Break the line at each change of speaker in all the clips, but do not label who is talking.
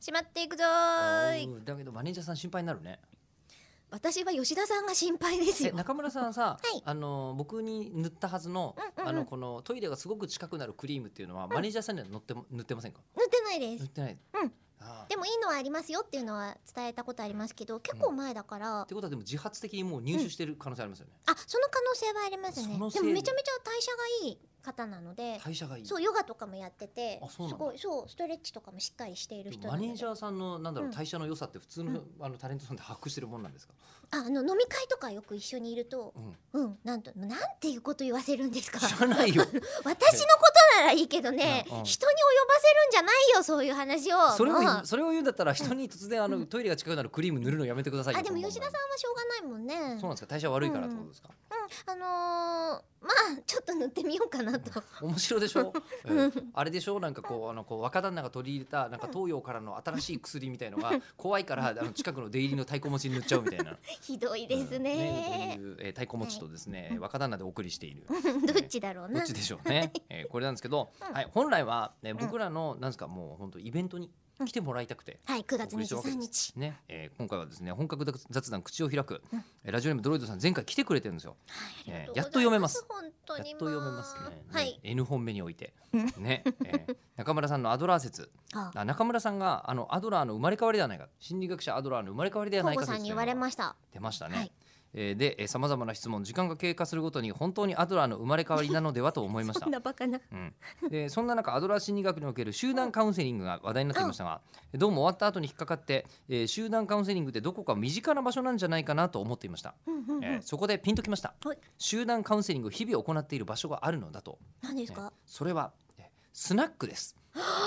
しまっていくぞーい
うんだけどマネージャーさん心配になるね
私は吉田さんが心配です
え
よ
中村さんさ、
はい
あの僕に塗ったはずの,、
うんうん
あのこのトイレがすごく近くなるクリームっていうのは、マネージャーさんには塗っても塗ってませんか
塗ってないで
塗っ
す
てない、
うん
あー
でもいいのはありますよっていうのは伝えたことありますけど結構前だから、
ってことはでも自発的にもう入手してる可能性ありますよね、
あその可能性はありますね
そのせ
で
いで
もめちゃめちゃ代謝がいい方なので
代謝がいい
そうヨガとかもやってて
あ
す
そうなんだ
ごいそうストレッチとかもしっかりしている
で
人
も
な
マ
の
ネ
で
ージャーさんのなんだろ
う
うん代謝の良さって普通の,、あのタレントさんって把握してるもんなんですか、
ああの飲み会とかよく一緒にいると
うん、
うんなんとなんていうこと言わせるんです か
知らないよ
私のことならいいけどね、
うんうん
人に及ばせるんじゃないよそういう話を
それ
も
を
う
言うそれを言うんだったら人に突然あの、トイレが近くなるクリーム塗るのやめてくださいよ
あでも
こんばんは
吉田さんはしょうがないもんね
そうなんですか代謝悪いからってことですか、
あのーまあちょっと塗ってみようかなと、
面白いでしょ、え
うん
ーあれでしょなんかこうあのこう若旦那が取り入れたなんか東洋からの新しい薬みた いのが怖いからあの近くの出入りの太鼓持ちに塗っちゃうみたいな
ひどい ですね,、
うんねという、えー太鼓持ちとですね、若旦那でお送りしている
どっちだろう
ど
な
っちでしょうね、えーこれなんですけど、
うん
はい、本来は、ね、
ん
僕らのなんですかもう本当イベントに来てもらいたくて。
はい9
お
月
送りしたわけ
23
です
日
ねえー今回はですね本格雑談口を開く、
うん
えーラジオネームドロイドさん前回来てくれてるんですよ
ありが
え
う
ーやっと
ござい
読めます
本当
やっ
に
と読めますね
は
ね
い、
N 本目において
うん
ね、えー中村さんのアドラー説
あ
あ中村さんがあのアドラーの生まれ変わりではないか心理学者アドラーの生まれ変わりでは
コ
な
ウ
い
ゴ
か
さん
説
に
と
言
いうのが
われました
出ましたね、
はい
えーでさまざまな質問時間が経過するごとに本当にアドラーの生まれ変わりなのではと思いました
そんなバカな
うん、でそんな中アドラー心理学における集団カウンセリングが話題になっていましたがどうも終わった後に引っかかって、えー集団カウンセリングってどこか身近な場所なんじゃないかなと思っていました、
うんうんうん
えーそこでピンときました、
はい
集団カウンセリングを日々行っている場所があるのだと
何ですか
ねそれはえースナックです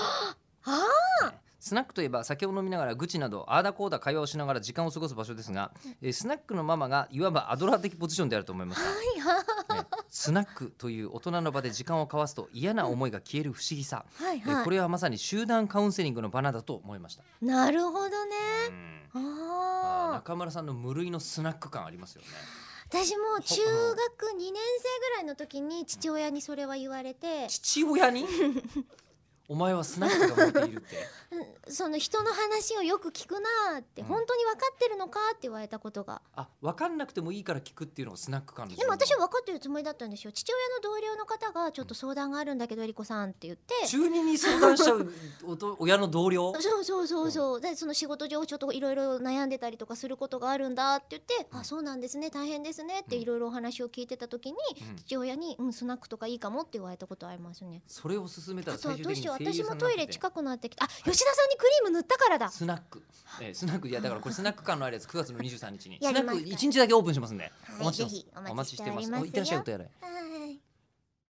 あ
ねスナックといえば酒を飲みながら愚痴などああだこうだ会話をしながら時間を過ごす場所ですが、えースナックのママがいわばアドラー的ポジションであると思います
はいはい
ね スナックという大人の場で時間を交わすと嫌な思いが消える不思議さ、
はい
えー
は
これはまさに集団カウンセリングの場なんだと思いました、
いなるほどね
うんあー
ああ
中村さんの無類のスナック感ありますよね
私も中学2年生ぐらいの時に父親にそれは言われて
父親 にお前はスナックが向いているって
うんその人の話をよく聞くなーって
うん
本当に分かってるのかって言われたことが
あ分かんなくてもいいから聞くっていうのがスナック感の
でも私は分かってるつもりだったんですよ父親の同僚の方がちょっと相談があるんだけどえりこさんって言って
中二に相談しちゃうお と親の同僚
そうそうそうそうでその仕事上ちょっといろいろ悩んでたりとかすることがあるんだって言って「
うん
あそうなんですね大変ですね」って
うん
いろいろお話を聞いてた時に
うん
父親に「うんスナックとかいいかも」って言われたことありますね。
それを勧めた
あ
ら
とは
最終
どう
的
し
に
よう
声優
私
さ
も
んにな
ト
っ
イ
て
レ
て
近くなってきたあ吉田さんにクリーム塗ったからだ
スナック、えー、スナックいやだから これスナック館のあれです9月の23日に
や
ス
り
ナ
ます
ック一日だけオープンしますんで、
い
お待ちしてま
ぜ
す
ひお待ちしておりますよ
おいってらっしゃいお手洗い
はーい